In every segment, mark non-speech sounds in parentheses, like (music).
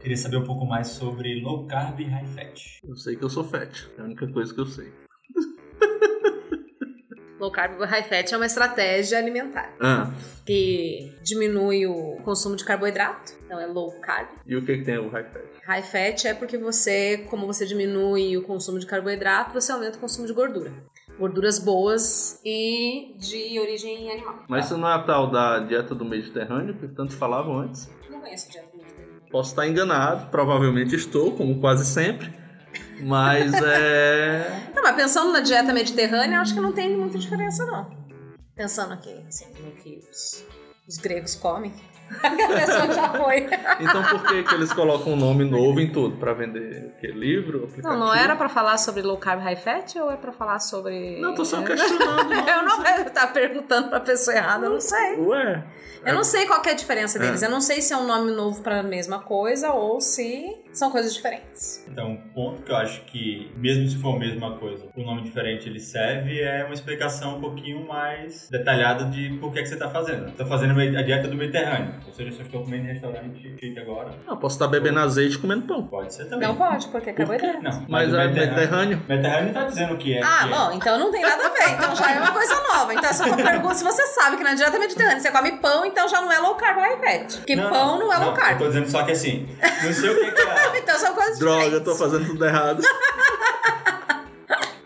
Queria saber um pouco mais sobre low carb e high fat. Eu sei que eu sou fat, é a única coisa que eu sei. Low carb e high fat é uma estratégia alimentar Ah, que diminui o consumo de carboidrato, então é low carb. e o que, que tem o high fat? High fat é porque você, como você diminui o consumo de carboidrato, você aumenta o consumo de gordura. Gorduras boas e de origem animal. Mas isso não é a tal da dieta do Mediterrâneo, que tanto falavam antes? Não conheço dieta mediterrânea. Posso estar enganado, provavelmente estou, como quase sempre. Mas (laughs) é. Não, Tá, mas pensando na dieta mediterrânea, acho que não tem muita diferença, não. Pensando aqui, assim, no que os, os gregos comem. (laughs) A pessoa já foi. Então por que, que eles colocam um nome novo em tudo? Pra vender o quê? Livro? Não, não era pra falar sobre low carb high fat ou é pra falar sobre. Não, tô só questionando. né? Eu não vou estar perguntando pra pessoa errada, eu não (laughs) sei. Ué. Eu não sei qual que é a diferença deles. Eu não sei se é um nome novo pra mesma coisa ou se são coisas diferentes. Então, um ponto que eu acho que, mesmo se for a mesma coisa, o nome diferente ele serve é uma explicação um pouquinho mais detalhada de por que, que você está fazendo. Estou fazendo a dieta do Mediterrâneo, ou seja, se eu estou comendo em restaurante chique agora, Não, posso estar bebendo azeite e comendo pão. pode ser também. Não pode, porque é Por que carboidrato. Não, Mas o é Mediterrâneo. Mediterrâneo tá dizendo que é. Ah, que é. bom, então não tem nada a ver. Então já é uma coisa nova. Então é só uma pergunta se você sabe que na dieta mediterrânea você come pão, então já não é low carb high fat. Porque pão não, é low Eu carb. tô dizendo só que assim, não sei o que, que é. Então são coisas Droga, eu diferentes. tô fazendo tudo (laughs) errado. É porque, assim, (laughs)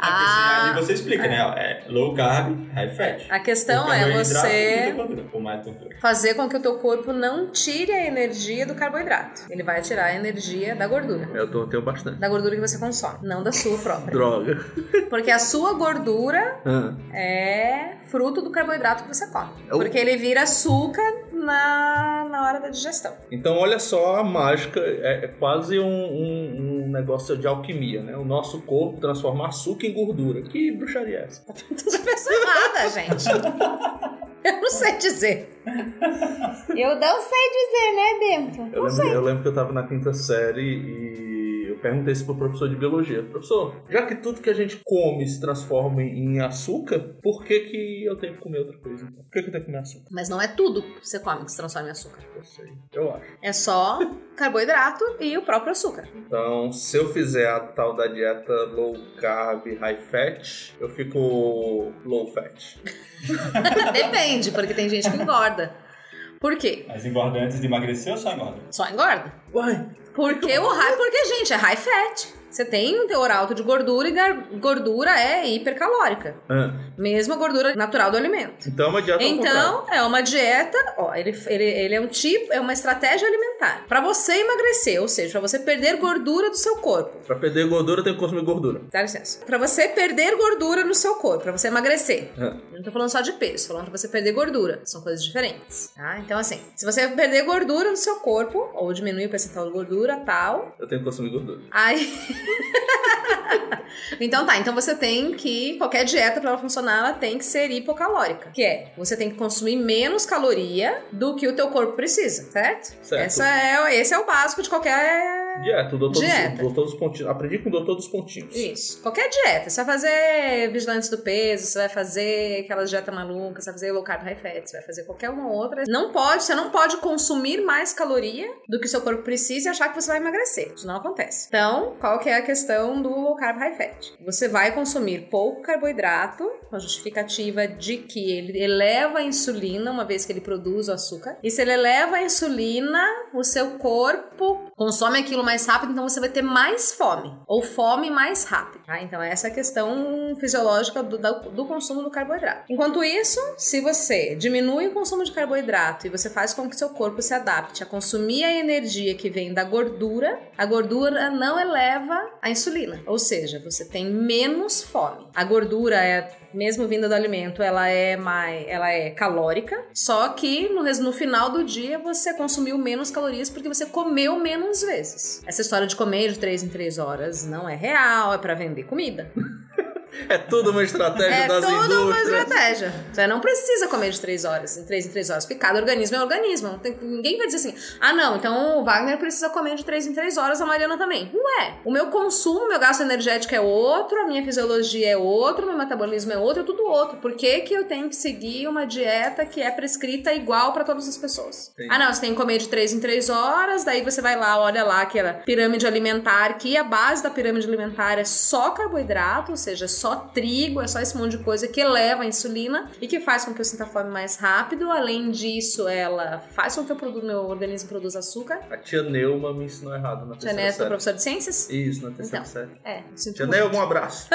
Ah. ali você explica, né? ó, É low carb, high fat. Então, A questão Pouco é carboidrato e você muita gordura, Ou mais gordura. fazer com que o teu corpo não tire a energia do carboidrato. Ele vai tirar a energia da gordura. Eu tô, tenho bastante. Da gordura que você consome, não da sua própria. (laughs) Droga. Porque a sua gordura Ah, é fruto do carboidrato que você come. É o- Porque ele vira açúcar na, na hora da digestão. (laughs) Então, olha só a mágica. É, é quase um, um- um negócio de alquimia, né? O nosso corpo transforma açúcar em gordura. Que bruxaria é essa? Não sou pessoa errada, gente. (laughs) Eu não sei dizer. Eu não sei dizer, né, Bento? Eu lembro, eu lembro que eu tava na quinta série e eu perguntei isso pro professor de biologia. Professor, já que tudo que a gente come se transforma em açúcar, por que que eu tenho que comer outra coisa? então? Por que, que eu tenho que comer açúcar? Mas não é tudo que você come que se transforma em açúcar. Eu sei, eu acho. É só carboidrato e o próprio açúcar. (laughs) Então, se eu fizer a tal da dieta low carb, high fat, eu fico low fat. Depende, porque tem gente que engorda. Por quê? Mas engorda antes de emagrecer ou só engorda? Só engorda. Uai, Porque o high, porque gente, é high fat. Você tem um teor alto de gordura e gar- gordura é hipercalórica. Ah, Mesmo a gordura natural do alimento. então é uma dieta ao contrário. Então, é uma dieta, ó, ele, ele, ele é um tipo, é uma estratégia alimentar. Pra você emagrecer, ou seja, pra você perder gordura do seu corpo. Pra perder gordura, eu tenho que consumir gordura. Dá licença. Pra você perder gordura no seu corpo, pra você emagrecer. Ah, Eu não tô falando só de peso, tô falando pra você perder gordura. São coisas diferentes, tá? Então, assim, se você perder gordura no seu corpo, ou diminuir o percentual de gordura, tal, eu tenho que consumir gordura. Aí. (laughs) então tá, então você tem que. Qualquer dieta pra ela funcionar, ela tem que ser hipocalórica. Que é, você tem que consumir menos caloria do que o teu corpo precisa, certo? Certo. Essa é, esse é o básico de qualquer. Dieta, o doutor, Dos, Dieta. doutor dos pontinhos. Aprendi com o doutor dos pontinhos. Isso. Qualquer dieta. Você vai fazer vigilantes do peso, você vai fazer aquelas dieta malucas, você vai fazer low carb high fat, você vai fazer qualquer uma outra. Não pode, você não pode consumir mais caloria do que o seu corpo precisa e achar que você vai emagrecer. Isso não acontece. Então, qual que é a questão do low carb high fat? Você vai consumir pouco carboidrato, com a justificativa de que ele eleva a insulina, uma vez que ele produz o açúcar. E se ele eleva a insulina, o seu corpo consome aquilo mais rápido, então você vai ter mais fome, ou fome mais rápido. tá? Então, essa é a questão fisiológica do, da- do consumo do carboidrato. Enquanto isso, se você diminui o consumo de carboidrato e você faz com que seu corpo se adapte a consumir a energia que vem da gordura, a gordura não eleva a insulina, ou seja, você tem menos fome. A gordura é mesmo vinda do alimento, ela é mais, ela é calórica, só que no, res- no final do dia você consumiu menos calorias porque você comeu menos vezes. Essa história de comer de 3 em 3 horas não é real, é pra vender comida. É tudo uma estratégia É das tudo uma indústrias. estratégia. Você não precisa comer de três horas, em três em três horas, porque cada organismo é um organismo. Não tem- ninguém vai dizer assim, ah não, então o Wagner precisa comer de três em três horas, a Mariana também. Ué, o meu consumo, o meu gasto energético é outro, a minha fisiologia é outro, o meu metabolismo é outro, é tudo outro. Por que, que eu tenho que seguir uma dieta que é prescrita igual pra todas as pessoas? Entendi. Ah não, você tem que comer de três em três horas, daí você vai lá, olha lá aquela pirâmide alimentar, que a base da pirâmide alimentar é só carboidrato, ou seja, é só trigo, é só esse monte de coisa que eleva a insulina e que faz com que eu sinta fome mais rápido. Além disso, ela faz com que o produ- meu organismo produza açúcar. A tia Neuma me ensinou errado na Tia terceira Neto, série. professor de ciências? Isso, na terceira série. É, sinto Tia muito. Neuma, um abraço.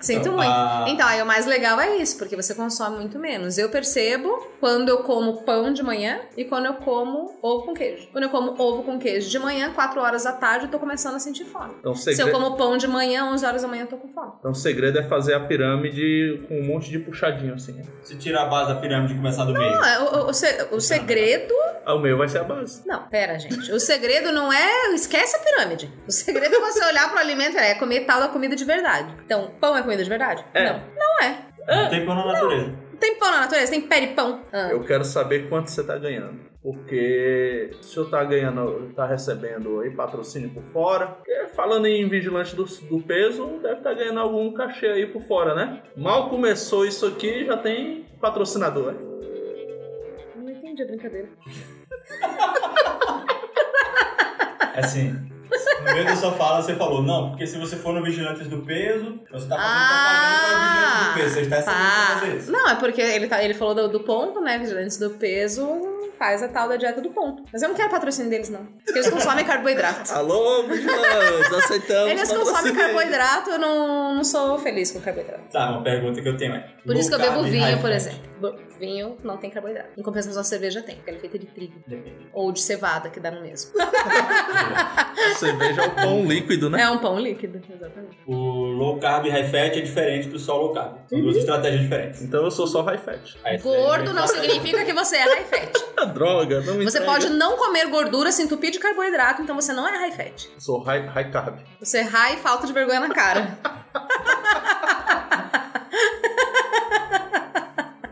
Sinto Então, muito. a- Então, aí o mais legal é isso, porque você consome muito menos. Eu percebo quando eu como pão de manhã e quando eu como ovo com queijo. Quando eu como ovo com queijo de manhã, 4 horas da tarde, eu tô começando a sentir fome. Então, Se eu segredo, como pão de manhã, 11 horas da manhã, eu tô com fome. então, o segredo é fazer a pirâmide com um monte de puxadinho assim. Se tirar a base da pirâmide e começar do meio. Então- Não, é, o, o- o se- o segredo. Ah, o meu vai ser a base. Não, pera, gente. O segredo não é. Esquece a pirâmide. O segredo é você olhar pro alimento é comer tal da comida de verdade. Então, pão é comida de verdade? É. Não. Não é. Não tem pão na natureza. Tem pão na natureza, tem peripão. Ah. Eu quero saber quanto você tá ganhando. Porque se eu tá ganhando, tá recebendo aí patrocínio por fora, porque falando em vigilante do, do peso, deve estar ganhando algum cachê aí por fora, né? Mal começou isso aqui, já tem patrocinador. né? Não entendi a brincadeira. É assim. (laughs) No meio da sua fala, você falou, não, porque se você for no Vigilantes do Peso, você tá fazendo propaganda Ah, para Vigilantes do Peso. Você está sabendo Pá. fazer isso. Não, é porque ele, tá- ele falou do, do ponto, né? Vigilantes do peso faz a tal da dieta do ponto. Mas eu não quero patrocínio deles, não. Porque eles (laughs) consomem carboidrato. Alô, vigilantes, aceitamos. Eles consomem patrocínio. carboidrato, eu não, não sou feliz com carboidrato. Tá, uma pergunta que eu tenho é... Por isso que eu low bebo carb, vinho, high por fat? exemplo. Vinho não tem carboidrato. Em compensação, a cerveja tem, porque ela é feita de trigo. Depende. Ou de cevada, que dá no mesmo. A cerveja é o pão líquido, né? É um pão líquido, exatamente. O low carb e high fat é diferente do só low carb. São duas estratégias diferentes. Então eu sou só high fat. Aí você- Uhum. Gordo não significa que você é high fat. Ah, droga, não me Você entrega. pode não comer gordura, se entupir de carboidrato, então você não é high fat. Sou high, high carb. Você errar e falta de vergonha na cara.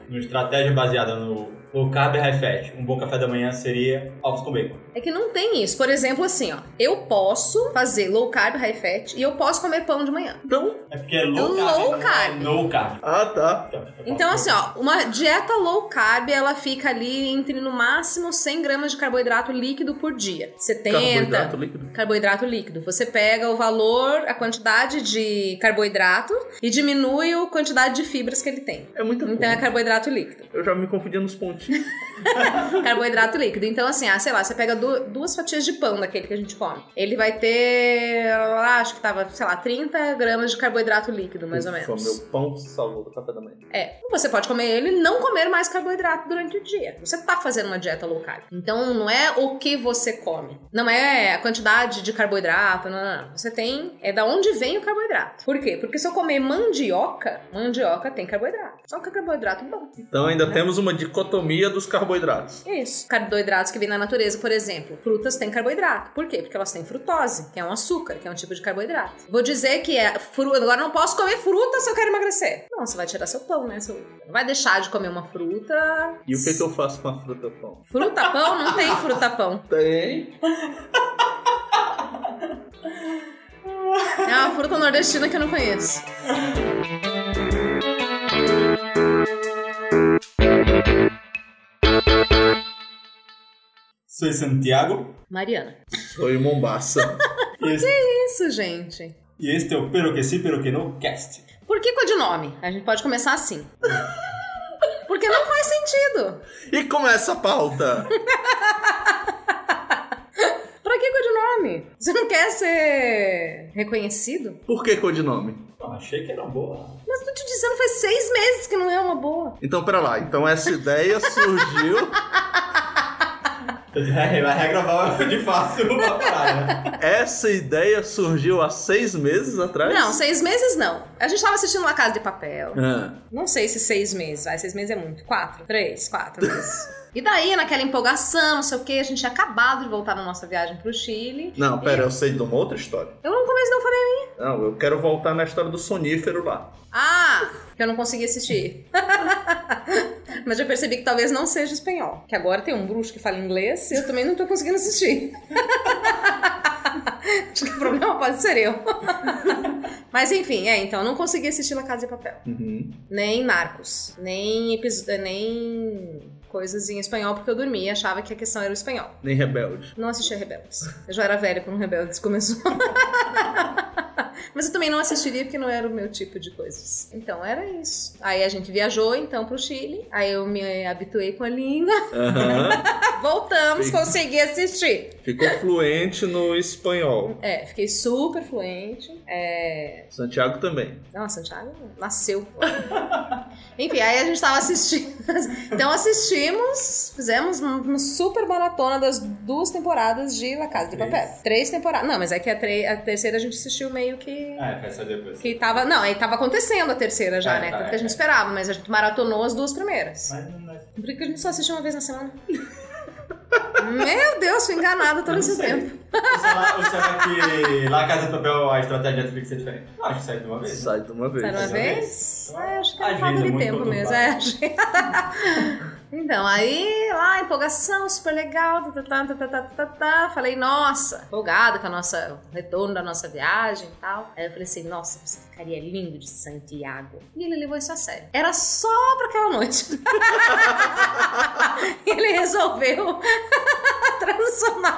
Uma estratégia baseada no low carb e high fat. Um bom café da manhã seria ovos com bacon. É que não tem isso. Por exemplo, assim, ó. Eu posso fazer low carb, high fat e eu posso comer pão de manhã. Então, É porque é low É carb, low não é carb. no carb. ah tá. Então, eu posso Então, comer. assim, ó, uma dieta low carb, ela fica ali entre no máximo 100 gramas de carboidrato líquido por dia. 70. Carboidrato líquido. carboidrato líquido. Você pega o valor, a quantidade de carboidrato e diminui a quantidade de fibras que ele tem. É muito bom. Então é carboidrato líquido. Eu já me confundia nos pontinhos. carboidrato líquido. Então, assim, ah, sei lá, você pega du- duas fatias de pão daquele que a gente come. Ele vai ter, lá, acho que tava, sei lá, 30 gramas de carboidrato líquido, mais ou Ufa, menos. meu pão salvou do café da manhã. É. Você pode comer ele e não comer mais carboidrato durante o dia. Você tá fazendo uma dieta low carb. Então, não é o que você come. Não é a quantidade de carboidrato, não, não, não. Você tem... É da onde vem o carboidrato. Por quê? Porque se eu comer mandioca, mandioca tem carboidrato. Só que é carboidrato bom. Então ainda temos uma dicotomia dos carboidratos. É Isso. Carboidratos que vêm da natureza, por exemplo. Frutas têm carboidrato. Por quê? Porque elas têm frutose, que é um açúcar, que é um tipo de carboidrato. Vou dizer que é fruta. Agora não posso comer fruta se eu quero emagrecer. Não, você vai tirar seu pão, né? Seu... Não vai deixar de comer uma fruta. E o que, que eu faço com a fruta pão? Fruta pão? Não tem fruta pão. Tem. É uma fruta nordestina que eu não conheço. Sou em Santiago Mariana. Sou em Mombaça. e esse, Isso, gente. e este é o Pero Que Si, Pero Que No Cast. Por que codinome? A gente pode começar assim. Porque não faz sentido. (laughs) e começa a pauta! Pra que codinome? Você não quer ser reconhecido? Por que codinome? Ah, achei que era uma boa. Mas tô te dizendo, faz seis meses que não é uma boa. (laughs) Então, pera lá. Então, essa ideia surgiu Vai, (laughs) vai regravar de fato uma parada. Essa ideia surgiu há seis meses atrás? Não, seis meses não. A gente tava assistindo La Casa de Papel. Ah, Não sei se seis meses, vai, seis meses é muito. Quatro, três, quatro meses. E daí, naquela empolgação, não sei o que, a gente tinha acabado de voltar na nossa viagem pro Chile. não, pera, eu sei de uma outra história. Eu não comecei, não falei. Não, eu quero voltar na história do sonífero lá. Ah! Que eu não consegui assistir. (laughs) Mas eu percebi que talvez não seja espanhol. Que agora tem um bruxo que fala inglês e eu também não tô conseguindo assistir. (laughs) Acho que o problema pode ser eu. (laughs) Mas enfim, é, então, eu não consegui assistir La Casa de Papel. Uhum. Nem Narcos, nem, epis- nem coisas em espanhol, porque eu dormia e achava que a questão era o espanhol. Nem rebelde. Não assistia Rebeldes. Eu já era velha quando Rebeldes começou. (laughs) Mas eu também não assistiria porque não era o meu tipo de coisas. Então era isso. Aí a gente viajou então pro Chile. Aí eu me habituei com a língua. (laughs) Aham. Voltamos, Sim. consegui assistir. Ficou fluente no espanhol. É, fiquei super fluente. É, Santiago também. Não, Santiago nasceu. (laughs) Enfim, aí a gente tava assistindo. (laughs) Então assistimos, fizemos um- uma super maratona das duas temporadas de La Casa de Três. Papel. Três temporadas. Não, mas é que a, tre- a terceira a gente assistiu meio que. Ah, é, faz só depois. Que tava. Não, aí tava acontecendo a terceira já, É, né? tá, Tanto é, que a gente é. esperava, mas a gente maratonou as duas primeiras. Mas não é. Por que que a gente só assistiu uma vez na semana? (laughs) Meu Deus, fui enganada todo Eu não esse sei. tempo. Ou será, ou será que lá Casa de Papel a estratégia de Netflix é diferente? Não, acho que sai de uma vez. né? Sai de uma vez. Era uma Às vez? vezes. É, acho que era Às falta vezes é de muito tempo mesmo. conturbado. É, acho que- (laughs) então, aí lá, empolgação, super legal. tá, tá, tá, tá, tá, tá, tá, tá. Falei, nossa, empolgada com a nossa, o retorno da nossa viagem e tal. Aí eu falei assim, nossa, você ficaria lindo de Santiago. E ele levou isso a sério. Era só pra aquela noite. (laughs) E ele resolveu (laughs)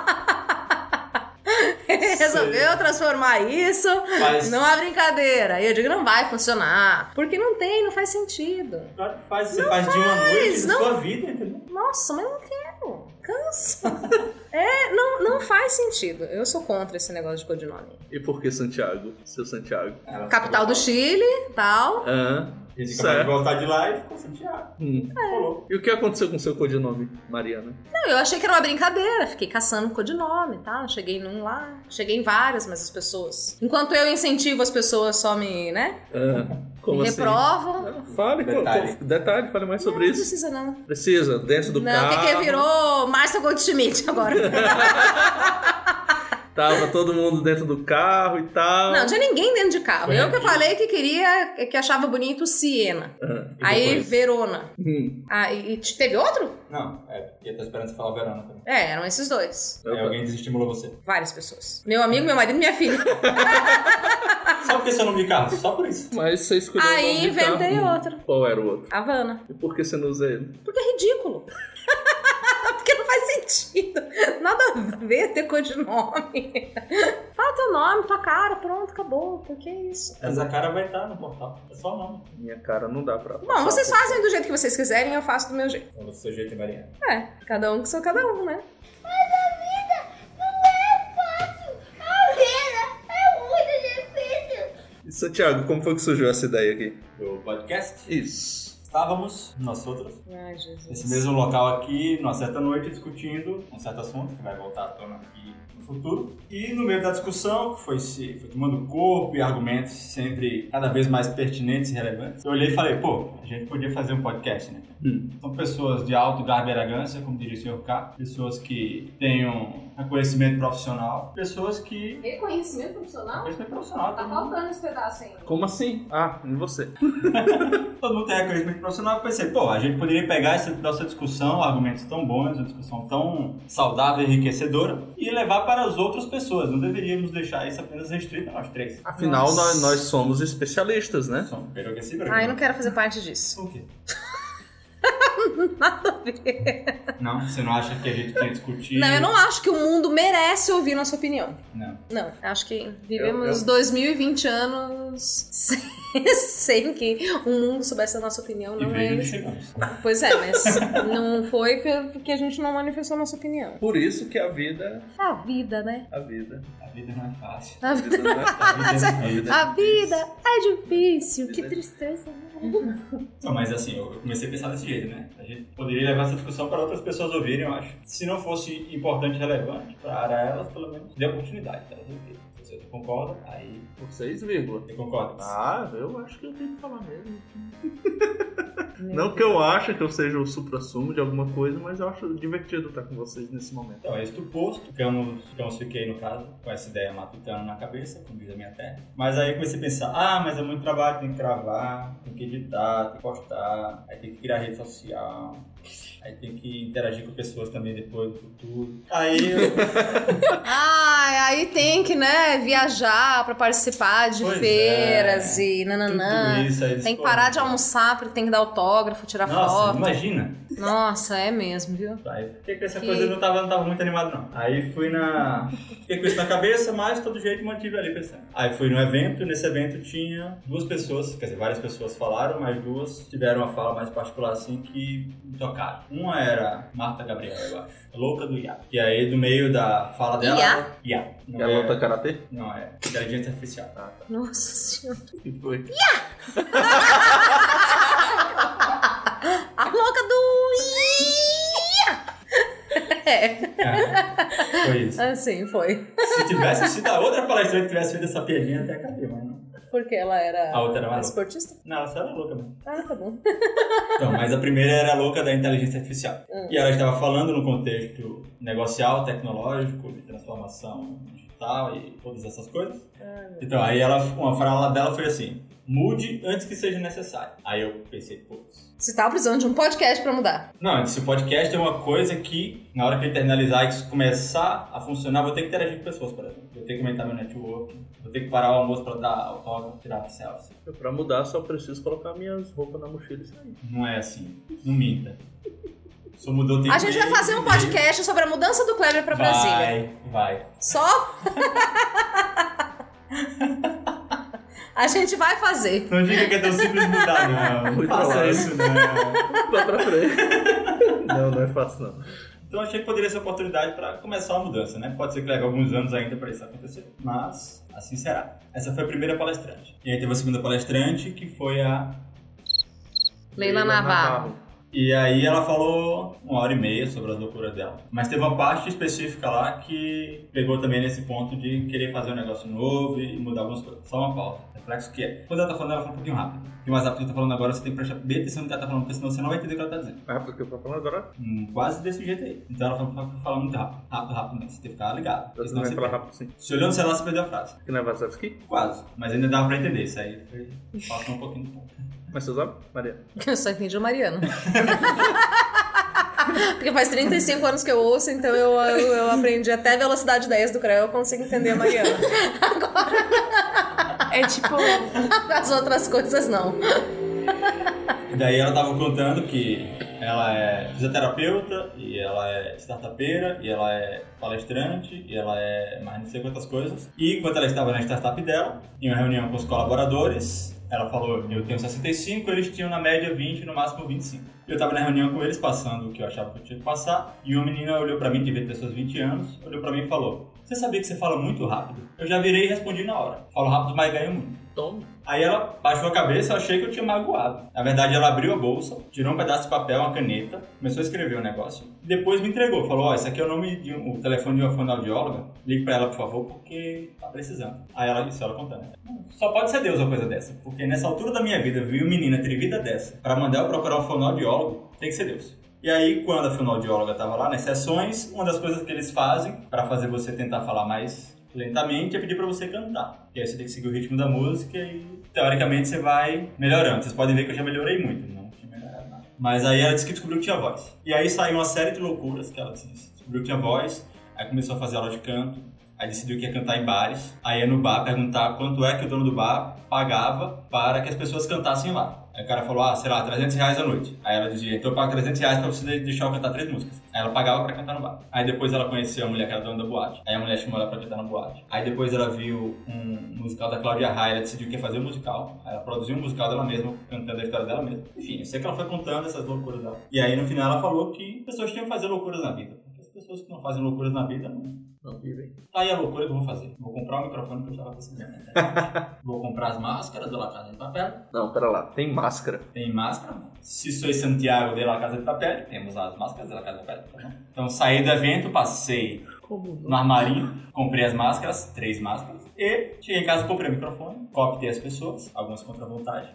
transformar. Ele Sei. resolveu transformar isso Faz- não é brincadeira. E eu digo, não vai funcionar. Porque não tem, não faz sentido. Claro que faz, você faz de uma noite não. da sua vida, entendeu? Nossa, mas eu não quero. (laughs) Cansa. é, não, não faz sentido. Eu sou contra esse negócio de codinome. E por que Santiago? Seu Santiago. Ela Capital do Chile, tal. Aham. A gente acabou de Certo. voltar de lá e ficou Santiago. Hum. É. Falou. E o que aconteceu com seu codinome, Mariana? Não, eu achei que era uma brincadeira. Fiquei caçando codinome, tal. Cheguei num lá. Cheguei em várias, mas as pessoas... Enquanto eu incentivo as pessoas só me, né? Ah, como me assim? reprovam. Ah, Fale, co- co- Detalhe. detalhe. fale mais sobre não isso. precisa, não. Precisa, dentro do não, carro. o que que virou? Márcia Goldschmidt agora. Tava todo mundo dentro do carro e tal. Não, não tinha ninguém dentro de carro. Foi eu que aqui. falei que queria, que achava bonito Siena. Ah, E Aí depois? Verona. hum. Ah, e e te- teve outro? Não, é, porque eu tô esperando você falar né? Verona também. É, eram esses dois. Aí alguém desestimulou você. (laughs) Várias pessoas. Meu amigo, meu marido e minha filha. Só porque seu nome de carro, só por (laughs) isso. Mas você escolheu. o Aí nome de carro. inventei Hum. outro. Qual era o outro? Havana. E por que você não usa ele? Porque é ridículo. (laughs) Porque não faz sentido. Nada a ver ter codinome. (laughs) Fala teu nome, tua cara, pronto, acabou. Por que isso? Mas a cara vai estar no portal. É só o nome. Minha cara não dá pra. Bom, vocês fazem do jeito que vocês quiserem, eu faço do meu jeito. Então, do seu jeito, Mariana. É, cada um que sou cada um, né? E, Santiago, como foi que surgiu essa ideia aqui? Do podcast. Isso. Estávamos, nós outros, Ai, Jesus. nesse mesmo local aqui, numa certa noite, discutindo um certo assunto que vai voltar à tona aqui no futuro. E no meio da discussão, que foi, se, foi tomando corpo e argumentos sempre cada vez mais pertinentes e relevantes, eu olhei e falei, pô, a gente podia fazer um podcast, né? Hum. São pessoas de alto garbo e elegância, como diria o senhor K, pessoas que tenham reconhecimento profissional, pessoas que... Reconhecimento profissional? Tá Reconhecimento profissional, todo mundo, esse pedaço ainda. Como assim? Ah, em você. todo mundo tem reconhecimento profissional. Eu pensei, pô, a gente poderia pegar essa nossa discussão, argumentos tão bons, uma discussão tão saudável e enriquecedora, e levar para as outras pessoas. Não deveríamos deixar isso apenas restrito a nós três. um Afinal, Nossa. nós, nós somos especialistas, né? São Pedro Agueci, Pedro Ah, eu não Agueci. quero fazer parte disso. O quê? (laughs) Nada a ver. Não, você não acha que a gente tem que discutir? Não, eu não acho que o mundo merece ouvir nossa opinião. Não. Não, eu acho que vivemos Eu- eu- 2020 anos (laughs) sem, sem que o mundo soubesse a nossa opinião. E Não veja onde é... chegamos. Pois é, mas não foi que- porque a gente não manifestou a nossa opinião. Por isso que a vida. É A vida, né? A vida. A vida não é fácil. A A vida, (laughs) vida não é A vida é difícil. a vida é difícil. Que tristeza. Não, mas assim, eu comecei a pensar desse jeito, né? né? A gente poderia levar essa discussão para outras pessoas ouvirem, eu acho. Se não fosse importante e relevante, para elas, pelo menos, dê oportunidade para elas ouvirem. Se Vocês concordam? Aí Por 6, vírgula. você concorda. Ah, eu acho que eu tenho que falar mesmo. Meu Não que eu ache que eu seja o supra-sumo de alguma coisa, mas eu acho divertido estar com vocês nesse momento. Então, é isso do posto. Ficamos, ficamos, fiquei, no caso, com essa ideia matutando na cabeça, como diz a minha terra. Mas aí comecei a pensar, ah, mas é muito trabalho, tem que gravar, tem que editar, tem que postar, aí tem que criar rede social, aí tem que interagir com pessoas também depois do futuro. Aí eu... Ai, aí tem que, né, viajar pra participar de Pois feiras é. e nananã. tudo isso, aí eles, Tem que pô, parar de almoçar porque tem que dar autógrafo, tirar Nossa, foto. imagina! Nossa, é mesmo, viu? Aí fiquei com essa Que- coisa, eu não tava, não tava muito animado não. Aí fui na... Fiquei com isso na cabeça, mas todo jeito mantive ali pensando. Aí fui num evento, nesse evento tinha duas pessoas, quer dizer, várias pessoas falaram, mas duas tiveram uma fala mais particular assim que me tocaram. Uma era Marta Gabriel, eu acho, louca do Iá. E aí do meio da fala dela... Iá? Iá. Não é- Garota Karatê? Não, é inteligência artificial. (laughs) Ah, tá. Nossa senhora. E foi. A louca do Ia! (laughs) É, É, foi isso. assim foi. Se tivesse sido a outra palestrante que tivesse feito essa piadinha, até acabei, mas não. Porque ela era A outra era maluca. esportista? Não, ela só era louca mesmo. Ah, tá bom. Então, mas a primeira era a louca da inteligência artificial. Hum. E ela estava falando no contexto negocial, tecnológico, de transformação digital e todas essas coisas. Ah, Então, aí ela, uma fala dela foi assim: mude antes que seja necessário. Aí eu pensei, putz. Você tava precisando de um podcast pra mudar. Não, esse podcast é uma coisa que, na hora que eu internalizar e que isso começar a funcionar, vou ter que interagir com pessoas, por exemplo. Vou ter que aumentar meu network, vou ter que parar o almoço pra dar autógrafo, tirar selfie. Pra mudar, só preciso colocar minhas roupas na mochila e sair. Não é assim. Não minta. Só mudou tem A que gente ler, vai fazer um tem que ler. podcast sobre a mudança do Kleber pra Brasília. Vai, vai. Só? A gente vai fazer. Não diga que é tão simples mudar, não. Não Muito faça bom. isso, né? não. Vai pra frente. (laughs) não, não é fácil, não. Então achei que poderia ser oportunidade para começar a mudança, né? Pode ser que leve alguns anos ainda para isso acontecer, mas assim será. Essa foi a primeira palestrante. E aí teve a segunda palestrante, que foi a... Leila Navarro. E aí ela falou uma hora e meia sobre as loucuras dela. Mas teve uma parte específica lá que pegou também nesse ponto de querer fazer um negócio novo e mudar algumas coisas. Só uma pausa. Reflexo que é. Quando ela tá falando, ela fala um pouquinho rápido. E mais rápido que tá falando agora, você tem que prestar bem atenção no que ela tá falando, porque senão você não vai entender o que ela tá dizendo. Ah, porque eu tô falando agora. Hum, quase desse jeito aí. Então ela fala, fala- fala muito rápido. Rápido, rápido mesmo. Você tem que ficar ligado. porque Eu senão não você falar perde. rápido sim. Se olhou no celular, você perdeu a frase. Que não é Vasavski? Quase. Mas ainda dava pra entender. Isso aí foi. Passou um pouquinho do ponto. Mas você sabe? Maria. Eu só entendi o Mariano. Porque faz 35 anos que eu ouço, então eu, eu, eu aprendi até velocidade 10 do Creu, eu consigo entender a Mariana. É tipo. As outras coisas não. E daí ela tava contando que ela é fisioterapeuta, e ela é startupeira, e ela é palestrante, e ela é mais não sei quantas coisas. E enquanto ela estava na startup dela, em uma reunião com os colaboradores, ela falou, eu tenho 65, eles tinham na média 20, no máximo 25. Eu tava na reunião com eles, passando o que eu achava que eu tinha que passar, e uma menina olhou pra mim, devia ter seus 20 anos, olhou pra mim e falou, você sabia que você fala muito rápido? Eu já virei e respondi na hora. Falo rápido, mas ganho muito. Tome. Aí ela baixou a cabeça, eu achei que eu tinha magoado. Na verdade, ela abriu a bolsa, tirou um pedaço de papel, uma caneta, começou a escrever o negócio. Depois me entregou, falou: Ó, esse aqui é o nome de um, o telefone de uma fonoaudióloga, ligue pra ela, por favor, porque tá precisando. Aí ela disse: ela contando. né? Só pode ser Deus uma coisa dessa, porque nessa altura da minha vida, eu vi uma menina atrevida dessa, pra mandar eu procurar um fonoaudiólogo, tem que ser Deus. E aí, quando a fonoaudióloga estava lá nas sessões, uma das coisas que eles fazem para fazer você tentar falar mais lentamente é pedir para você cantar. E aí você tem que seguir o ritmo da música e, teoricamente, você vai melhorando. Vocês podem ver que eu já melhorei muito, não tinha melhorado nada. Mas aí ela disse que descobriu que tinha voz. E aí saiu uma série de loucuras que ela disse. Descobriu que tinha voz, aí começou a fazer aula de canto, aí decidiu que ia cantar em bares, aí ia no bar perguntar quanto é que o dono do bar pagava para que as pessoas cantassem lá. Aí o cara falou, ah, sei lá, 300 reais a noite. Aí ela dizia, então eu pago 300 reais pra você deixar eu cantar três músicas. Aí ela pagava pra cantar no bar. Aí depois ela conheceu a mulher que era dona da boate. Aí a mulher chamou ela pra cantar na boate. Aí depois ela viu um musical da Cláudia Raia, ela decidiu que ia fazer um musical. Aí ela produziu um musical dela mesma, cantando a história dela mesma. Enfim, eu sei que ela foi contando essas loucuras dela. E aí no final ela falou que pessoas tinham que fazer loucuras na vida. porque as pessoas pessoas que não fazem loucuras na vida não Não vivem. Tá aí a loucura que eu vou fazer. Vou comprar o microfone que eu estava pesquisando. vou comprar as máscaras da La Casa de Papel. Não, pera lá. Tem máscara. Tem máscara. mano. Se sou Santiago de La Casa de Papel, temos as máscaras da La Casa de Papel. tá bom? Então saí do evento, passei Como no armarinho, comprei as máscaras, três máscaras. E cheguei em casa, comprei o microfone, cooptei as pessoas, algumas contra a vontade.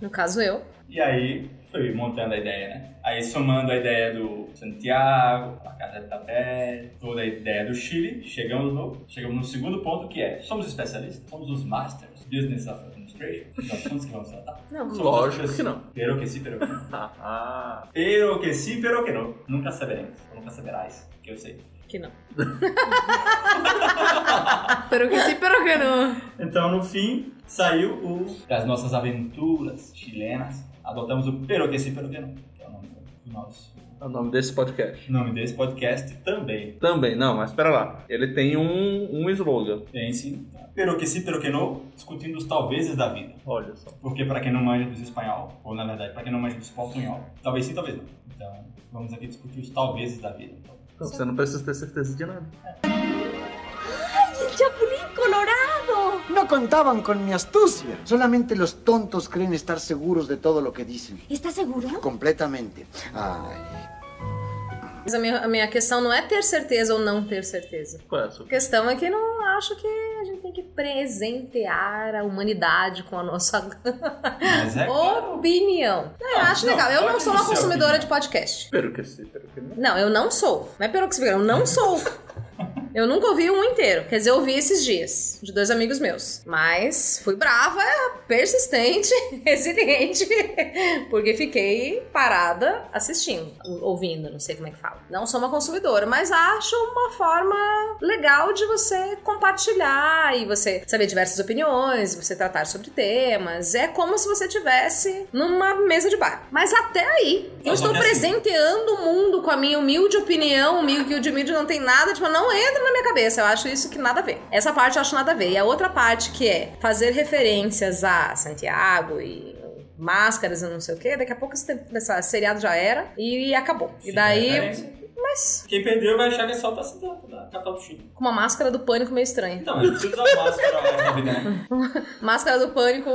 No caso, eu. E aí fui montando a ideia, né? Aí somando a ideia do Santiago, a Casa de Papel, toda a ideia do Chile, chegamos no, chegamos no segundo ponto que é: somos especialistas, somos os Masters Business of Administration, os assuntos que vamos tratar. Não, Somos Lógico as que pessoas- não. Pero que sim, pero que não. Ah, Pero que sim, pero que não. Nunca saberemos, ou nunca saberás, que eu sei. que não. pero que sim, pero que não. Então, no fim, saiu o das nossas aventuras chilenas. Adotamos o pero que sim, pero que não, que é o nome do nosso é o nome desse podcast. nome desse podcast também. Também, não, mas pera lá. Ele tem um, um slogan. Tem sim. Pero que sim, pero que não, discutindo os talvezes da vida. Olha só. Porque pra quem não manja dos espanhol, ou na verdade, pra quem não manja dos portunhol, talvez sim, talvez não. Então, vamos aqui discutir os talvezes da vida. Então, Então você não precisa ter certeza de nada. No contaban con mi astucia. Solamente los tontos creen estar seguros de todo lo que dicen. ¿Estás seguro? Completamente. Ay. Mas a minha, a minha questão não é ter certeza ou não ter certeza. Qual é a sua? A questão é que eu não acho que a gente tem que presentear a humanidade com a nossa Mas (laughs) é claro. opinião. Não, eu Ah, acho não, legal. Eu pode não sou uma ser consumidora opinião. de podcast. Pero que sim, pero que não. Não, eu não sou. Não é pelo que você vê, eu não sou. Eu nunca ouvi um inteiro. Quer dizer, eu ouvi esses dias, de dois amigos meus. Mas fui brava, persistente, (laughs) resiliente, porque fiquei parada assistindo, ouvindo, não sei como é que fala. Não sou uma consumidora, mas acho uma forma legal de você compartilhar e você saber diversas opiniões, você tratar sobre temas. É como se você tivesse numa mesa de bar. Mas até aí, eu Mas estou acontece presente penteando o mundo com a minha humilde opinião, humilde humilde não tem nada, tipo, não entra na minha cabeça. Eu acho isso que nada a ver. Essa parte eu acho nada a ver. E a outra parte que é fazer referências a Santiago e máscaras e não sei o que, daqui a pouco esse, tempo- essa seriado já era e acabou. E Sim, é daí, referência. mas Quem perdeu vai achar que é só tá se dando da capital do Chile. com uma máscara do pânico meio estranha. Então, a gente precisa usar máscara ao longo da vida, (laughs) né? Máscara do pânico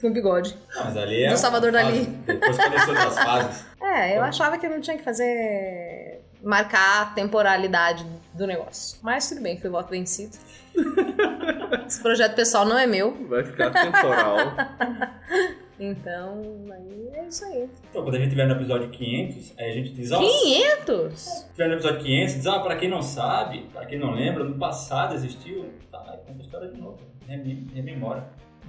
com bigode. Não, mas ali é. Do uma Salvador fase. Dali. Depois apareceu das fases. É, eu achava que eu não tinha que fazer. marcar a temporalidade do negócio. Mas tudo bem, fui voto vencido. Esse projeto pessoal não é meu, Vai ficar (laughs) temporal. então aí é isso aí. Então, quando a gente tiver no episódio 500, aí a gente diz: ó, 500? tiver no episódio 500, diz, ah, pra quem não sabe, pra quem não lembra, no passado existiu. Tá, aí conta a história de novo. Remem- Rememora.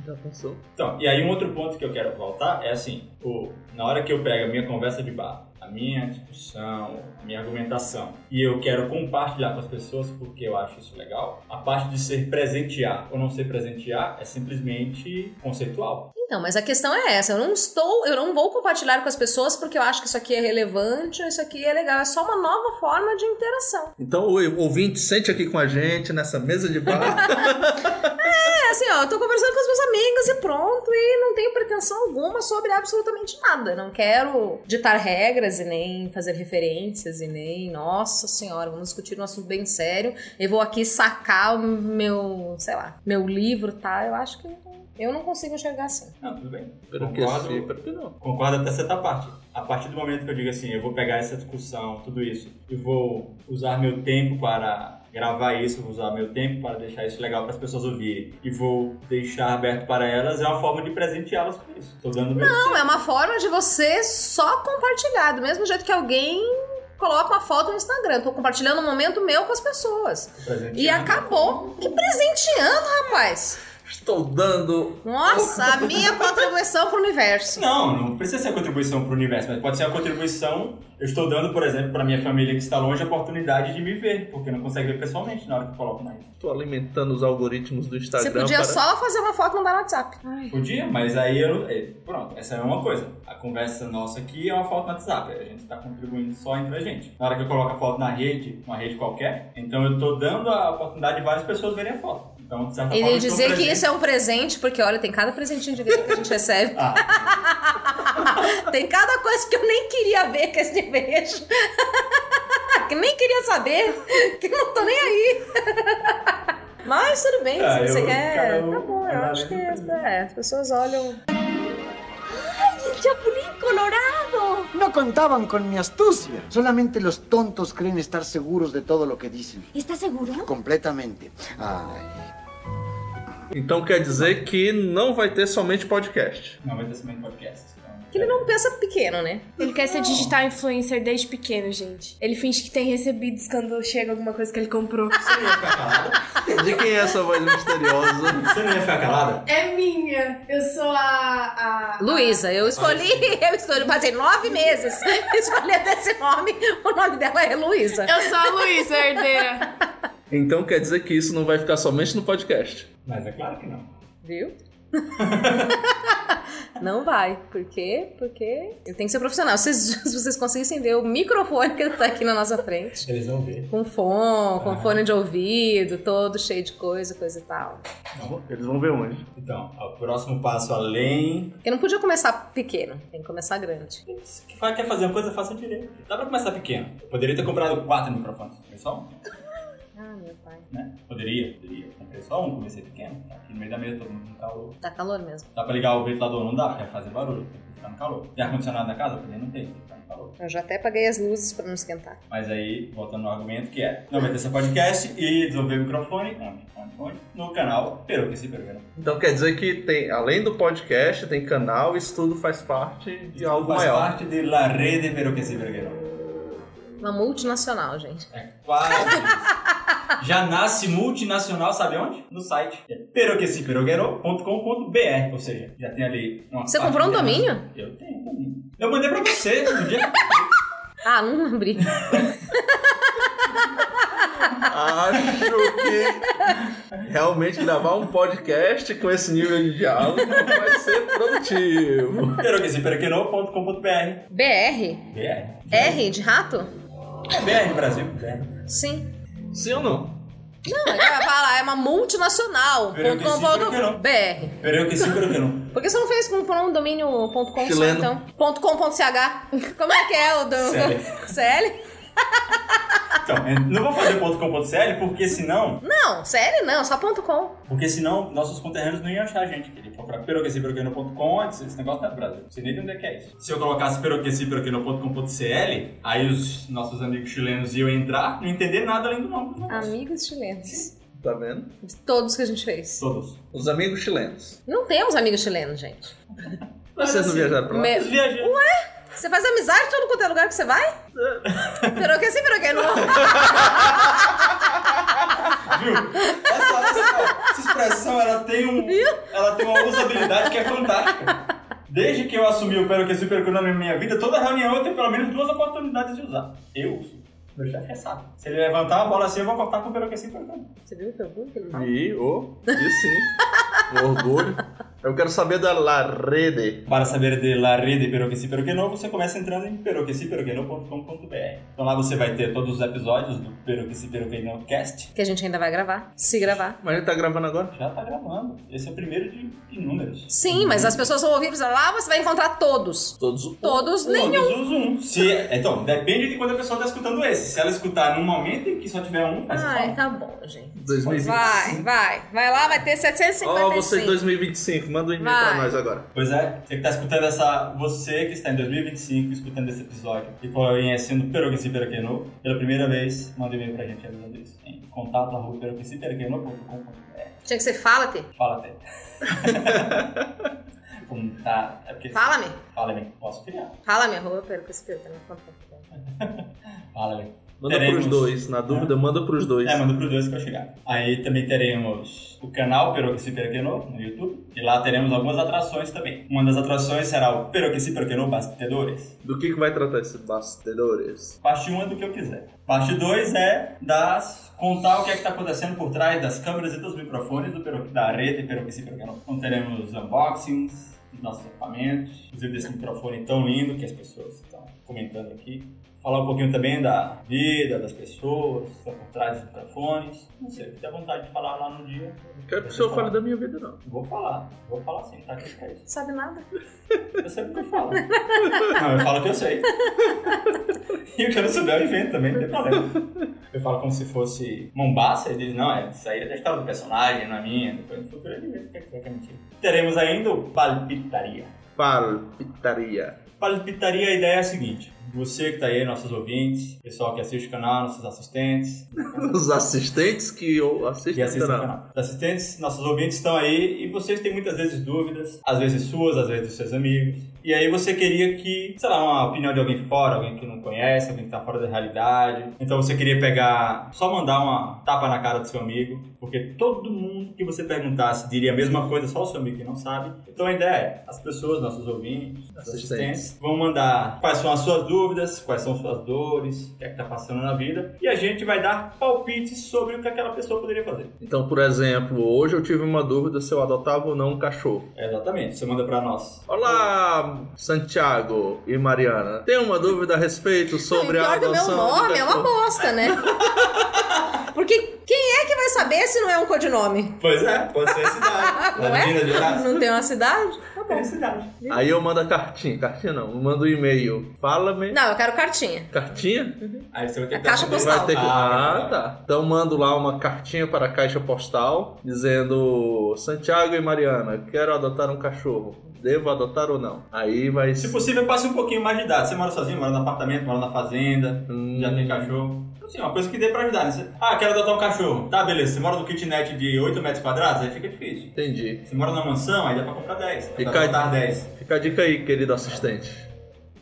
Já pensou? Então, e aí um outro ponto que eu quero voltar é assim, o, na hora que eu pego a minha conversa de bar, a minha discussão, a minha argumentação, e eu quero compartilhar com as pessoas porque eu acho isso legal, a parte de ser presentear ou não ser presentear é simplesmente conceitual. Então, mas a questão é essa. Eu não estou, eu não vou compartilhar com as pessoas porque eu acho que isso aqui é relevante, isso aqui é legal. É só uma nova forma de interação. Então, o ouvinte, sente aqui com a gente nessa mesa de (laughs) bar. É assim, ó, eu tô conversando com as minhas amigas e pronto, e não tenho pretensão alguma sobre absolutamente nada. Não quero ditar regras e nem fazer referências e nem, nossa senhora, vamos discutir um assunto bem sério. Eu vou aqui sacar o meu, sei lá, meu livro, tá? Eu acho que eu não consigo enxergar assim. Não, tudo bem. Pero que Concordo. sim, pero que não. Concordo até certa parte. A partir do momento que eu digo assim, eu vou pegar essa discussão, tudo isso, e vou usar meu tempo para gravar isso, vou usar meu tempo para deixar isso legal para as pessoas ouvirem, e vou deixar aberto para elas, é uma forma de presenteá-las com isso. Estou dando meu Não, é uma forma de você só compartilhar, do mesmo jeito que alguém coloca uma foto no Instagram. Tô compartilhando um momento meu com as pessoas. tempo presenteando. E acabou. Que presenteando, rapaz! Estou dando. Nossa, a minha contribuição pro universo. Não, não precisa ser contribuição para o universo, mas pode ser a contribuição. Eu estou dando, por exemplo, para minha família que está longe a oportunidade de me ver, porque não consegue ver pessoalmente na hora que eu coloco na rede. Estou alimentando os algoritmos do Instagram. Você podia Tá para- só fazer uma foto e mandar no WhatsApp. Podia, mas aí eu. é, Pronto, essa é uma coisa. A conversa nossa aqui é uma foto no WhatsApp. A gente tá contribuindo só entre a gente. Na hora que eu coloco a foto na rede, uma rede qualquer, então eu tô dando a oportunidade de várias pessoas verem a foto. Então, de certa forma. Ele dizer que isso é um presente, porque olha, tem cada presentinho de graça que a (laughs) gente recebe. Ah, tem cada coisa que eu nem queria ver que esse vejo. é (laughs) que nem queria saber, que não tô nem aí. (laughs) Mas tudo bem, Ah, se você eu- quer. cara, eu- tá bom, eu eu acho que acho que- é, as pessoas olham. ¡El chapulín colorado! No contaban con mi astucia. Solamente los tontos creen estar seguros de todo lo que dicen. ¿Estás seguro? Completamente. Ay. Então quer dizer que não vai ter somente (laughs) podcast. Não vai ter somente podcast. Então, Que ele não pensa pequeno, né? Ele quer ser digital influencer desde pequeno, gente. Ele finge que tem recebidos quando chega alguma coisa que ele comprou. Você não ia ficar calada? De quem é essa voz misteriosa? Você não ia ficar calada? É minha. Eu sou a. a... Luísa, eu escolhi, (laughs) eu escolhi, passei nove meses (laughs) escolhendo esse nome. O nome dela é Luísa. Eu sou a Luísa, a herdeira. Então quer dizer que isso não vai ficar somente no podcast. Mas é claro que não. Viu? (laughs) Não vai. Por quê? Porque eu tenho que ser profissional. Se vocês, (laughs) se vocês conseguissem ver o microfone que tá aqui na nossa frente. Eles vão ver. Com fone, com Ah. fone de ouvido, todo cheio de coisa, coisa e tal. Eles vão ver onde. Então, o próximo passo além. Porque não podia começar pequeno, tem que começar grande. Se quer fazer uma coisa, faça direito. Dá pra começar pequeno. Eu poderia ter comprado quatro microfones. Comprei só um, Ah, meu pai. né? Poderia, poderia. Comprei só um, comecei pequeno. Tá aqui no meio da mesa, todo mundo com calor. Tá calor mesmo. Dá pra ligar o ventilador? Não dá, quer fazer barulho. Tem que ficar no calor. Tem ar-condicionado na casa? Também não tem, tem que ficar no calor. Eu já até paguei as luzes pra não esquentar. Mas aí, voltando no argumento que é, não vai ter seu podcast e desenvolver o microfone, onde? Onde? Onde? No canal Peru que se peru. Então quer dizer que tem, além do podcast, tem canal, isso tudo faz parte de algo Faz maior. parte de La Rede Peru que se peru. Uma multinacional, gente. É quase. isso. Já nasce multinacional, sabe ononde? No site. É peroqueciperoguero.com.br. Ou seja, já tem ali uma. Você parte comprou um internacional. domínio? Eu tenho um domínio. Eu mandei pra você no dia. Ah, não abri. Acho que realmente gravar um podcast com esse nível de diálogo não vai ser produtivo. peroqueciperoguero.com.br. BR? BR. R de rato? BR Brasil. BR. Sim. Sim ou não? Não, é que eu ia falar, é uma multinacional. Peraí, que ponto com, sim, ponto peraí que não. BR. Peroqueciperoguero. Por que você não fez com por um domínio.com só, Chileno. então? Ponto .com, ponto .ch. Como é que é o do... Sério. (laughs) CL? Então, eu não vou fazer ponto .com.br porque senão, Não, CL não, só ponto .com. porque senão nossos conterrâneos não iam achar a gente. Queria procurar peroqueciperoqueno.com, esse esse negócio tá no Brasil. Não sei nem de onde é que é isso. Se eu colocasse peroqueciperoqueno.com.cl, aí os nossos amigos chilenos iam entrar, não entender nada além do nome. do negócio. Amigos chilenos. Tá vendo? De todos que a gente fez. Todos. Os amigos chilenos. Não temos amigos chilenos, gente. Vocês não viajaram pra lá? Me- assim, Os viajantes. Você faz amizade em todo quanto é lugar que você vai? (laughs) Pero que sim, pero que não. Viu? Essa, essa- essa expressão ela tem, um, ela tem uma usabilidade que é fantástica. Desde que eu assumi o Peroquê Super Econômico na minha vida, toda reunião eu tenho pelo menos duas oportunidades de usar. Eu uso. Meu chefe já sabe. Se ele levantar uma bola assim, eu vou cortar com o Peroquê Super Econômico. Você viu que orgulho que ele fala? E, oh, e sim. Um orgulho. Eu quero saber da La Rede. Para saber de La Rede Peroquê Super Econômico, você começa entrando em peroqueciperoqueno.com.br. Então lá você vai ter todos os episódios do Peroquê Super Econômico Cast. Que a gente ainda vai gravar. Se gravar. Mas a gente tá gravando agora? Já tá gravando. Esse é o primeiro de inúmeros. Sim, mas as pessoas vão ouvir e falar, lá você vai encontrar todos. Todos. Todos, nem Todos os um. Se, então, depende de quando a pessoa tá escutando esse. Se ela escutar num momento em que só tiver um, vai ser Ai, só. tá bom, gente. 2025. Vai, vai. Vai lá, vai ter Ó, 755. você de 2025, manda um e-mail pra Vai. nós agora. Pois é, você que tá escutando essa. Você que está em 2025 escutando esse episódio e conhecendo Peroqueci Peroqueno pela primeira vez, manda um e-mail pra gente avisando isso. Em contato.peroqueciperoqueno.com.br. Tinha que ser fala, Tê. Fala (laughs) até. Contato. É porque. Fala-me. Fala bem. Posso criar. Fala-me, arroba pelo que né? esse também conta. Fala bem. Manda Teremos. pros dois. Na dúvida, manda pros dois. É, manda pros dois que vai chegar. Aí também teremos o canal Peroquici Peroqueno no YouTube. E lá teremos algumas atrações também. Uma das atrações será o Peroquici Peroqueno Bastidores. Do que, que vai tratar esse bastidores? Parte 1 é do que eu quiser. Parte 2 é das contar o que é que tá acontecendo por trás das câmeras e dos microfones do Peroqui, da rede Peroquici Peroqueno. Então teremos unboxings dos nossos equipamentos, inclusive desse microfone tão lindo que as pessoas estão comentando aqui. Falar um pouquinho também da vida, das pessoas, que estão por trás dos microfones. Não sei, fique à vontade de falar lá no dia. Não quero que o senhor fale da minha vida, não. Vou falar, vou falar sim, tá? Que é isso. Sabe nada? Eu sei o que eu falo. Não, eu falo o que eu (laughs) sei. E o que eu não souber, eu invento também, não tem problema. Eu falo como se fosse Mombasa, ele diz, não, é, isso aí é da história do personagem, não é minha. Depois no futuro ele vê o que é que é mentira. Teremos ainda o Palpitaria. Palpitaria. Palpitaria, a ideia é a seguinte. Você que tá aí, nossos ouvintes, pessoal que assiste o canal, nossos assistentes, Os assistentes que eu assisto que no assistem né? o canal. canal. Os assistentes, nossos ouvintes estão aí e vocês têm muitas vezes dúvidas, às vezes suas, às vezes dos seus amigos. E aí você queria que, sei lá, uma opinião de alguém fora, alguém que não conhece, alguém que tá fora da realidade. Então você queria pegar, só mandar uma tapa na cara do seu amigo, porque todo mundo que você perguntasse diria a mesma coisa, só o seu amigo que não sabe. Então a ideia é, as pessoas, nossos ouvintes, os Assistentes. assistentes, vão mandar quais são as suas dúvidas, quais são suas dores, o que é que tá passando na vida, e a gente vai dar palpites sobre o que aquela pessoa poderia fazer. Então, por exemplo, hoje eu tive uma dúvida se eu adotava ou não um cachorro. É, Exatamente, você manda pra nós. Olá, Santiago e Mariana. Tem uma dúvida a respeito sobre não, a e pior que o meu adoção de nome é uma cachorro? bosta, né? Porque quem é que vai saber se não é um codinome? Pois é, pode ser cidade. (laughs) Não Latina de é? Horácio. Não tem uma cidade? Tá bom. É cidade. Aí eu mando a cartinha. Cartinha não, eu mando o e-mail. Fala-me. Não, eu quero cartinha. Cartinha? Aí você vai ter A que caixa saber- Vai postal. ter que... Ah, Ah, tá. Então mando lá uma cartinha para a caixa postal dizendo Santiago e Mariana, quero adotar um cachorro. Devo adotar ou não? Aí vai... Se possível, passe um pouquinho mais de idade. Você mora sozinho, mora no apartamento, mora na fazenda, Hum, já tem cachorro. Então, Assim, uma coisa que dê pra ajudar, né? Você- Ah, quero adotar um cachorro. Tá, beleza. Você mora no kitnet de 8 metros quadrados, aí fica difícil. Entendi. Você mora na mansão, aí dá pra comprar 10. Dá Fica pra aí. adotar 10. Fica a dica aí, querido assistente.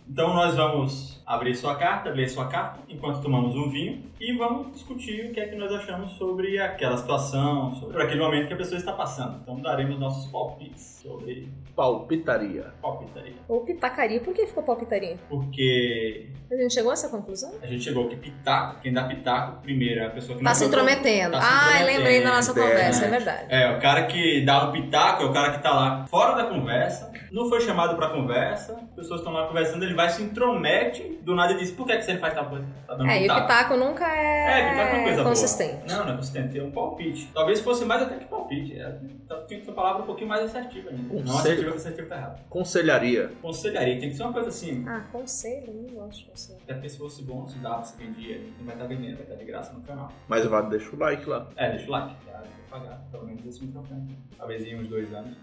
Então nós vamos abrir sua carta, ler sua carta, enquanto tomamos um vinho e vamos discutir o que é que nós achamos sobre aquela situação, sobre aquele momento que a pessoa está passando. Então daremos nossos palpites sobre Palpitaria. palpitaria. Ou pitacaria. Por que ficou palpitaria? Porque A gente chegou a essa conclusão? a gente chegou que pitaco, quem dá pitaco primeiro é a pessoa que Tá não se votou. intrometendo. Tá se ah, intrometendo, lembrei da nossa internet. conversa, é verdade. É, o cara que dá o pitaco é o cara que tá lá fora da conversa, não foi chamado pra conversa, as pessoas estão lá conversando, ele vai se intromete, do nada e diz, por que, é que você faz tal coisa? Tá dando É, e o pitaco. pitaco nunca é, É, pitaco é uma coisa consistente. Não, não é consistente, é um palpite. Talvez fosse mais até que palpite. É, tá- tinha que ser uma palavra um pouquinho mais assertiva. Né? Não Conselho. assertiva, porque assertiva tá errado. Conselharia. Conselharia, tem que ser uma coisa assim. Ah, conselho, não gosto de conselho. Até se fosse bom, se dá pra você vender, não vai estar vendendo, vai estar de graça no canal. Mas vale, deixa o like lá. É, deixa o like, tá? Tem que pagar, pelo menos esse microfone. Talvez em uns dois anos.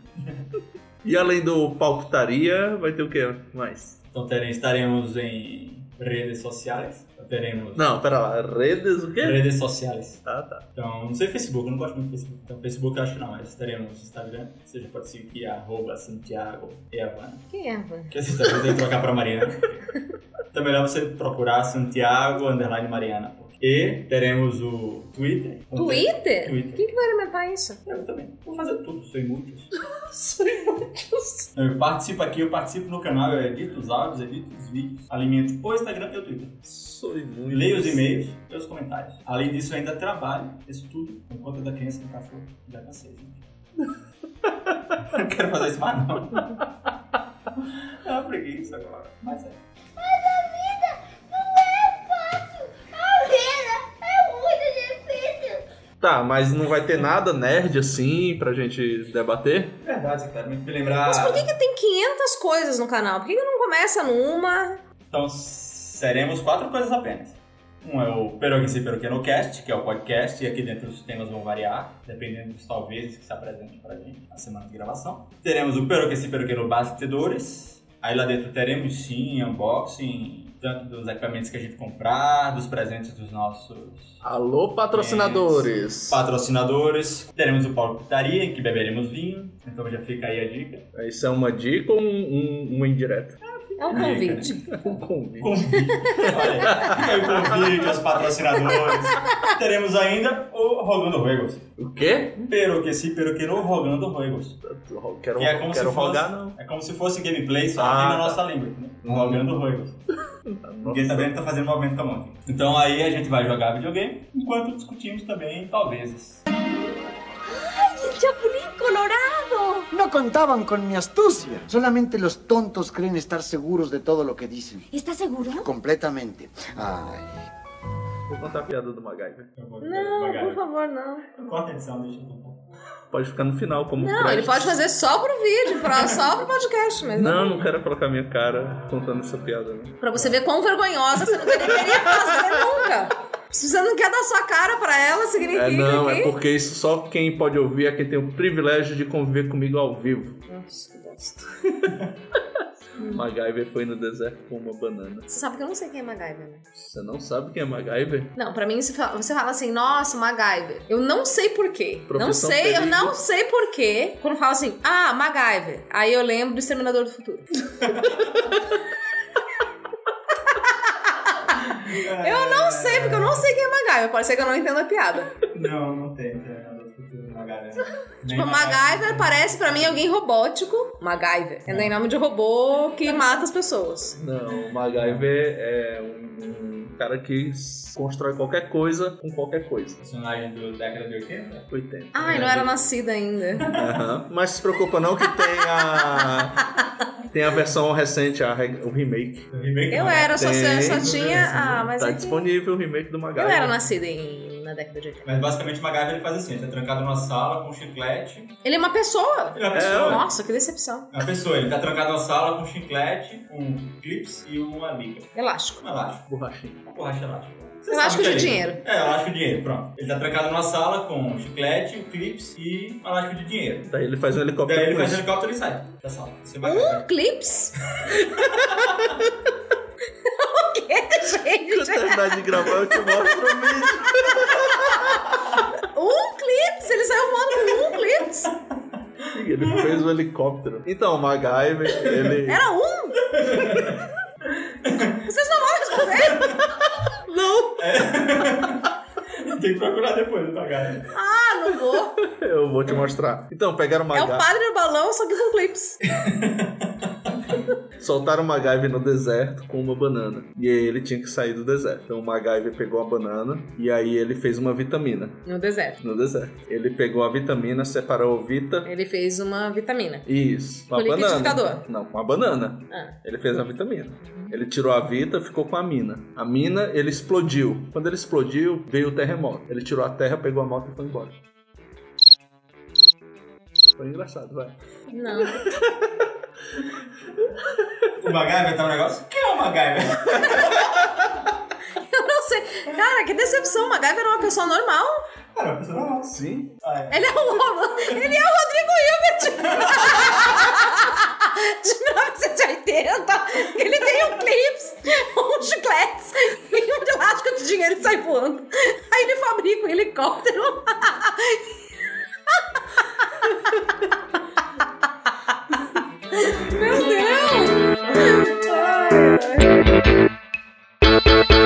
E além do palpitaria, vai ter o que mais? Então teremos, estaremos em redes sociais. Então, teremos Não, pera lá. Redes o quê? redes sociais. Ah, tá. Então, não sei Facebook, eu não gosto muito do Facebook. Então, Facebook eu acho que não, mas teremos Instagram. Você já pode seguir arroba Santiago Evan. Quem é, mano? Que assim, essa história tem que trocar pra Mariana. (laughs) Então é melhor você procurar Santiago Underline Mariana. E teremos o Twitter. Twitter? Twitter. Quem que vai alimentar isso? Eu também. Vou fazer tudo, sou inútil. Eu participo aqui, eu participo no canal, eu edito os áudios, edito os vídeos, alimento o Instagram e o Twitter. Sou Eu muito. leio os e-mails, leio os comentários. Além disso, eu ainda trabalho, estudo, por conta da criança do cachorro. Já cansei, gente. (laughs) não quero fazer isso mais, (laughs) não. É uma preguiça agora. Mas é. Tá, mas não vai ter nada nerd assim pra gente debater? Verdade, cara. Me lembrar. Mas por que, que tem 500 coisas no canal? Por que, que não começa numa? Então, seremos quatro coisas apenas. Um é o Peroguense Peruqueno Cast, que é o podcast, e aqui dentro os temas vão variar, dependendo dos talvez que se apresentem pra gente na semana de gravação. Teremos o Peroguense Peruqueno Bastidores, aí lá dentro teremos sim unboxing, tanto dos equipamentos que a gente comprar, dos presentes dos nossos Alô, patrocinadores! patrocinadores. Teremos o Paulo Pitaria, em que beberemos vinho, então já fica aí a dica. Isso é uma dica ou um, um- uma indireta? É um Dica, né? convite. Um convite. Convite. Olha, fica aí o convite aos patrocinadores. Teremos ainda o Rogando Ruegos. O quê? Pero que si, pero que no, Rogando Ruegos. Eu Quero, Que é como quero se fosse- rogar, não. É como se fosse gameplay, só Ah, que na tá. nossa língua. né? Rogando Ruegos. Ninguém tá vendo, tá fazendo movimento com a mão aqui. Então aí a gente vai jogar videogame, enquanto discutimos também, talvez. ¡Chapulín Colorado! No contaban con mi astucia. Solamente los tontos creen estar seguros de todo lo que dicen. ¿Estás seguro? Completamente. Ay. Vou contar a piada do MacGyver. Não, por favor, não. Corta a edição, deixa eu um contar. Pode ficar no final como Não, crédito. ele pode fazer só pro (laughs) vídeo, pra- só pro podcast, mas não. Não, não quero colocar minha cara contando essa piada, né? não. Pra você ver quão vergonhosa você não deveria fazer nunca. Se você não quer dar sua cara pra ela, significa É, não, que... é porque isso só quem pode ouvir é quem tem o privilégio de conviver comigo ao vivo. Nossa, que bosta. Hum. MacGyver foi no deserto com uma banana. Você sabe que eu não sei quem é MacGyver, né? Você não sabe quem é MacGyver? Não, pra mim você fala, você fala assim, nossa, MacGyver. Eu não sei porquê. Não Profissão sei, eu perigo. não sei porquê. Quando fala assim, ah, MacGyver. Aí eu lembro do Exterminador do Futuro. (laughs) Eu não sei, porque eu não sei quem é MacGyver. Pode ser que eu não entenda a piada. É, Não, não tem treinador do futuro na (laughs) galera. Tipo, MacGyver parece pra mim alguém robótico. MacGyver. É em nome de robô que mata as pessoas. Não, o MacGyver é um, um cara que s- constrói qualquer coisa com qualquer coisa. Personagem do década de 80? 80. Ai, não era nascida ainda. né? Aham. Mas se preocupa não que tem a... (laughs) tem a versão recente, a re- o remake. Do remake, Eu não. era, só, Tem, só tinha. Ah, mas tá é que disponível o remake do né? eu MacGyver. era nascida em, na década de 80. Mas basicamente o MacGyver ele faz assim, ele tá trancado numa sala com um chiclete. Ele é uma pessoa. Ele é uma pessoa. Nossa, que decepção. É uma pessoa, ele tá trancado numa sala com um chiclete, um clips e uma liga. Elástico. Um elástico, Borrachinha. uma borracha elástica. Você Um Elástico de sabe que é isso. dinheiro. É, elástico de dinheiro, pronto. Ele tá trancado numa sala com um chiclete, um clips e um elástico de dinheiro. Daí ele faz um helicóptero Daí ele com faz o isso. helicóptero e sai da sala. Você vai uh? Um Clips? (laughs) o que, (laughs) Quando gente? terminar de gravar, eu te mostro o vídeo. Um clips? Ele saiu voando com um clips? Ele fez o helicóptero. Então, o MacGyver, ele... (laughs) Era um? Vocês não vão responder? Não! (laughs) Hum? Tem que procurar depois tá, do MacGyver. Ah, não vou. Eu vou te mostrar. Então, pegaram o É o MacGyver, padre do balão, só que com clips. soltaram o MacGyver no deserto com uma banana. E aí ele tinha que sair do deserto. Então o MacGyver pegou a banana e aí ele fez uma vitamina No deserto. no deserto. Ele pegou a vitamina, separou o Vita... Ele fez uma vitamina. Isso, com a Com banana. liquidificador. Não, com a banana. Ah. Ele fez a vitamina. Ele tirou a vida, ficou com a mina. A mina, ele explodiu. Quando ele explodiu, veio o terremoto. Ele tirou a terra, pegou a moto e foi embora. Foi engraçado, vai. Não. (laughs) O MacGyver tá um negócio? Quem é o MacGyver? Eu não sei. Cara, que decepção. MacGyver era uma pessoa normal. Cara, a pessoa não. Sim. Ah, Ele é o Romulo- ele é o Rodrigo Hilbert (laughs) de 1980. Ele tem um clips, um chiclete e um elástico de dinheiro e sai voando. Aí ele fabrica um helicóptero. (laughs) Meu Deus!